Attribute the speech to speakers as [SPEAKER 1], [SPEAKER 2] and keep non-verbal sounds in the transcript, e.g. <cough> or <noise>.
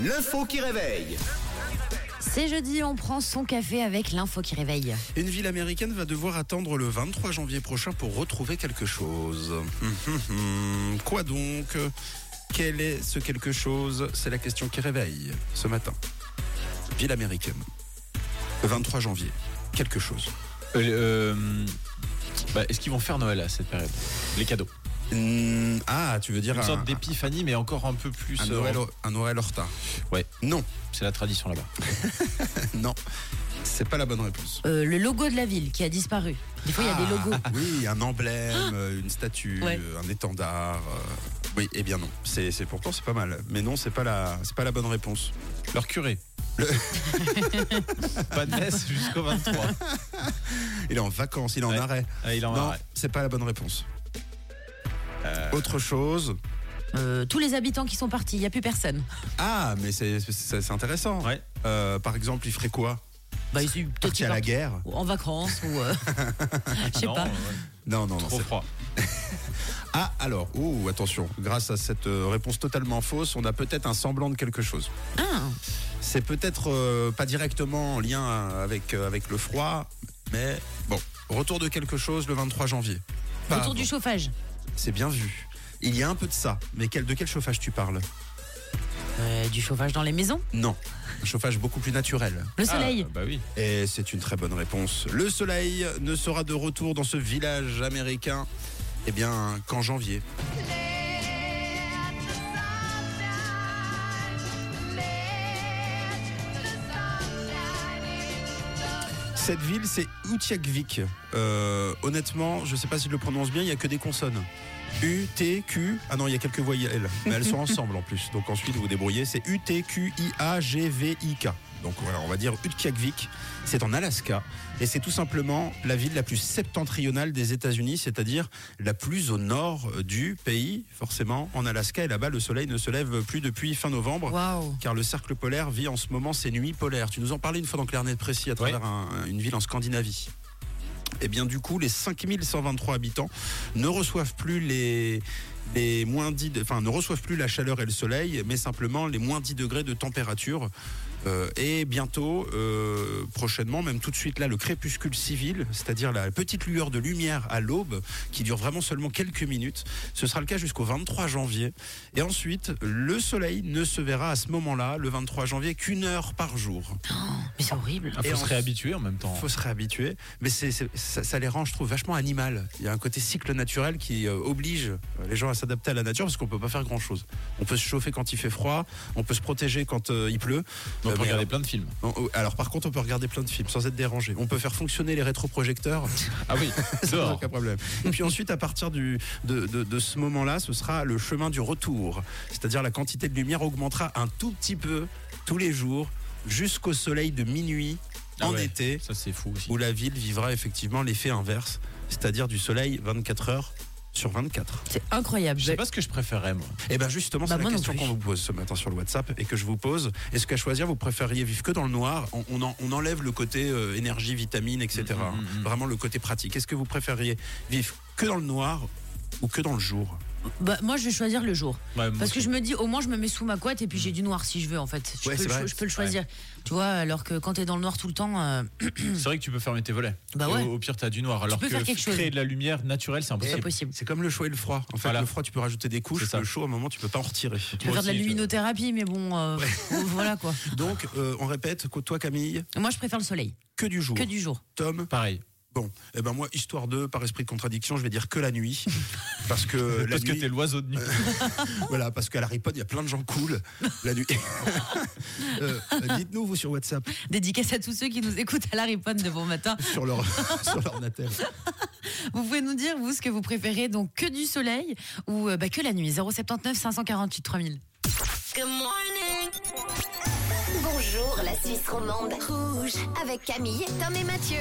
[SPEAKER 1] L'info qui réveille.
[SPEAKER 2] C'est jeudi, on prend son café avec l'info qui réveille.
[SPEAKER 3] Une ville américaine va devoir attendre le 23 janvier prochain pour retrouver quelque chose. <laughs> Hum, hum, hum. Quoi donc Quel est ce quelque chose C'est la question qui réveille ce matin. Ville américaine. Le 23 janvier. Quelque chose.
[SPEAKER 4] Euh, euh, bah, Est-ce qu'ils vont faire Noël à cette période Les cadeaux.
[SPEAKER 3] Hum, ah, tu veux dire
[SPEAKER 4] Une
[SPEAKER 3] un,
[SPEAKER 4] sorte d'épiphanie, mais encore un peu plus.
[SPEAKER 3] un
[SPEAKER 4] euh,
[SPEAKER 3] Noël, un Noël en retard
[SPEAKER 4] Ouais.
[SPEAKER 3] Non, <laughs>
[SPEAKER 4] C'est la tradition là-bas.
[SPEAKER 3] non. C'est pas la bonne réponse.
[SPEAKER 2] Euh, le logo de la ville qui a disparu. Des fois, il y a des logos. Ah
[SPEAKER 3] Ah, Oui, un emblème, euh, une statue,
[SPEAKER 2] Ouais.
[SPEAKER 3] un étendard. euh, Oui, eh bien non. C'est c'est- pourtant c'est pas mal, mais non, c'est pas la c'est pas la bonne réponse.
[SPEAKER 4] Leur curé. <laughs> Pas de messe jusqu'au 23.
[SPEAKER 3] Il est en vacances, il est en
[SPEAKER 4] Ouais.
[SPEAKER 3] arrêt.
[SPEAKER 4] Ah, il en
[SPEAKER 3] non,
[SPEAKER 4] a.
[SPEAKER 3] c'est pas la bonne réponse. Autre chose.
[SPEAKER 2] Euh, tous les habitants qui sont partis, il n'y a plus personne.
[SPEAKER 3] Ah, mais c'est c'est- c'est intéressant.
[SPEAKER 4] Ouais.
[SPEAKER 3] Euh, par exemple, il ferait quoi
[SPEAKER 2] Bah, ils sont peut-être
[SPEAKER 3] Parti à la
[SPEAKER 2] partis
[SPEAKER 3] guerre
[SPEAKER 2] en vacances ou. euh, Je sais
[SPEAKER 4] Non,
[SPEAKER 2] pas.
[SPEAKER 4] euh,
[SPEAKER 3] Non, non, non.
[SPEAKER 4] trop
[SPEAKER 3] c'est-
[SPEAKER 4] froid.
[SPEAKER 3] Ah, alors, oh, attention. Grâce à cette euh, réponse totalement fausse, on a peut-être un semblant de quelque chose.
[SPEAKER 2] Ah,
[SPEAKER 3] C'est peut-être euh, pas directement en lien euh, avec, euh, avec le froid, mais bon, retour de quelque chose le 23 janvier. Pas
[SPEAKER 2] retour du
[SPEAKER 3] avant.
[SPEAKER 2] chauffage.
[SPEAKER 3] C'est bien vu. Il y a un peu de ça, mais quel, de quel chauffage tu parles
[SPEAKER 2] Euh, du chauffage dans les maisons.
[SPEAKER 3] Non, un chauffage beaucoup plus naturel.
[SPEAKER 2] Le soleil.
[SPEAKER 4] Ah, bah oui.
[SPEAKER 3] Et c'est une très bonne réponse. Le soleil ne sera de retour dans ce village américain, eh bien, qu'en janvier. Cette ville, c'est Utjakvik. Euh, honnêtement, je ne sais pas si je le prononce bien, il n'y a que des consonnes. U, T, Q. Ah non, il y a quelques voyelles, mais elles sont ensemble en plus. Donc ensuite, vous vous débrouillez. C'est U, T, Q, I, A, G, V, I, K. Donc voilà, on va dire Utqiagvik. C'est en Alaska. Et c'est tout simplement la ville la plus septentrionale des États-Unis, c'est-à-dire la plus au nord du pays, forcément, en Alaska. Et là-bas, le soleil ne se lève plus depuis fin novembre
[SPEAKER 2] Waouh.
[SPEAKER 3] car le cercle polaire vit en ce moment ses nuits polaires. Tu nous en parlais une fois dans Clarnet Précis à travers un- une ville en Scandinavie. Et bien du coup, les 5123 habitants ne reçoivent plus les, les moins 10 de- enfin, ne reçoivent plus la chaleur et le soleil, mais simplement les moins 10 degrés de température. Euh, et bientôt, euh, prochainement, même tout de suite là, le crépuscule civil, c'est-à-dire la petite lueur de lumière à l'aube, qui dure vraiment seulement quelques minutes. Ce sera le cas jusqu'au 23 janvier. Et ensuite, le soleil ne se verra à ce moment-là, le 23 janvier, qu'une heure par jour.
[SPEAKER 2] Mais c'est horrible.
[SPEAKER 4] Ah, faut
[SPEAKER 3] Et
[SPEAKER 4] se
[SPEAKER 3] en-
[SPEAKER 4] réhabituer en même temps.
[SPEAKER 3] Faut se réhabituer, mais c'est, c'est- ça, ça les rend, je trouve, vachement animal. Il y a un côté cycle naturel qui euh, oblige euh, les gens à s'adapter à la nature parce qu'on peut pas faire grand-chose. On peut se chauffer quand il fait froid, on peut se protéger quand euh, il pleut.
[SPEAKER 4] On
[SPEAKER 3] Euh,
[SPEAKER 4] peut
[SPEAKER 3] mais
[SPEAKER 4] regarder plein de films.
[SPEAKER 3] alors- non, euh, alors par contre, on peut regarder plein de films sans être dérangé. On peut faire fonctionner les rétroprojecteurs.
[SPEAKER 4] Ah
[SPEAKER 3] <laughs>
[SPEAKER 4] oui,
[SPEAKER 3] C'est
[SPEAKER 4] dehors.
[SPEAKER 3] aucun problème. Et puis ensuite, à partir du, de, de- de ce moment-là, ce sera le chemin du retour. C'est-à-dire la quantité de lumière augmentera un tout petit peu tous les jours jusqu'au soleil de minuit
[SPEAKER 4] Ah
[SPEAKER 3] en
[SPEAKER 4] ouais.
[SPEAKER 3] été,
[SPEAKER 4] Ça, c'est fou aussi.
[SPEAKER 3] où la ville vivra effectivement l'effet inverse, c'est-à-dire du soleil 24 heures sur 24.
[SPEAKER 2] C'est incroyable.
[SPEAKER 4] Je sais pas ce que je préférais, moi.
[SPEAKER 3] Et bien Eh ben, justement,
[SPEAKER 2] Bah,
[SPEAKER 3] c'est la
[SPEAKER 2] moi non
[SPEAKER 3] question
[SPEAKER 2] plus.
[SPEAKER 3] qu'on vous pose ce matin sur le WhatsApp et que je vous pose. Est-ce qu'à choisir, vous préfériez vivre que dans le noir on, on en- on enlève le côté euh, énergie, vitamine, etc.
[SPEAKER 4] Mhm,
[SPEAKER 2] Mm,
[SPEAKER 3] hein.
[SPEAKER 4] mhm, mhm.
[SPEAKER 3] Vraiment le côté pratique. Est-ce que vous préfériez vivre que dans le noir ou que dans le jour
[SPEAKER 2] Bah, moi, je vais choisir le jour.
[SPEAKER 4] Ouais, moi
[SPEAKER 2] Parce que
[SPEAKER 4] aussi.
[SPEAKER 2] je me dis, au moins, je me mets sous ma couette et puis j'ai du noir si je veux, en fait. Je,
[SPEAKER 3] Ouais,
[SPEAKER 2] peux,
[SPEAKER 3] c'est
[SPEAKER 2] le,
[SPEAKER 3] vrai.
[SPEAKER 2] cho- je peux le choisir. Tu vois, alors que quand t'es dans le noir tout le temps, euh,
[SPEAKER 4] C'est vrai que tu peux fermer tes volets.
[SPEAKER 2] Bah
[SPEAKER 4] Et
[SPEAKER 2] ouais.
[SPEAKER 4] Au, au pire, t'as du noir. Alors
[SPEAKER 2] peux
[SPEAKER 4] que
[SPEAKER 2] faire quelque chose.
[SPEAKER 4] créer de la lumière naturelle, c'est
[SPEAKER 2] c'est pas
[SPEAKER 4] impossible.
[SPEAKER 2] possible.
[SPEAKER 3] C'est comme le chaud et le froid. En fait,
[SPEAKER 4] Voilà.
[SPEAKER 3] le froid, tu peux rajouter des couches.
[SPEAKER 4] C'est ça.
[SPEAKER 3] Le chaud, à un moment, tu peux pas en retirer.
[SPEAKER 2] Tu peux
[SPEAKER 4] Moi
[SPEAKER 2] faire de la
[SPEAKER 4] aussi, je-
[SPEAKER 2] luminothérapie, mais bon, euh, voilà quoi.
[SPEAKER 3] Donc, euh, on répète, que toi, Camille,
[SPEAKER 2] Moi, je préfère le soleil,
[SPEAKER 3] que du jour.
[SPEAKER 2] que du jour.
[SPEAKER 3] Tom,
[SPEAKER 4] Pareil.
[SPEAKER 3] bon, eh ben moi, histoire de, par esprit de contradiction, je vais dire que la nuit, parce
[SPEAKER 2] <laughs>
[SPEAKER 3] que Euh, la
[SPEAKER 4] Parce que
[SPEAKER 3] nuit,
[SPEAKER 4] t'es l'oiseau de nuit.
[SPEAKER 3] voilà, parce qu'à la Ripod, il y a plein de gens cool la nuit. <laughs> Euh, Dites-nous vous sur WhatsApp,
[SPEAKER 2] Dédicace à tous ceux qui nous écoutent à la riponne de bon matin.
[SPEAKER 3] sur leur <laughs> sur leur natel.
[SPEAKER 2] Vous pouvez nous dire, vous, ce que vous préférez, donc que du soleil ou euh, bah, que la nuit. 079 548 3000.
[SPEAKER 5] Good morning.
[SPEAKER 6] Bonjour la Suisse romande. Rouge avec Camille, Tom et Mathieu.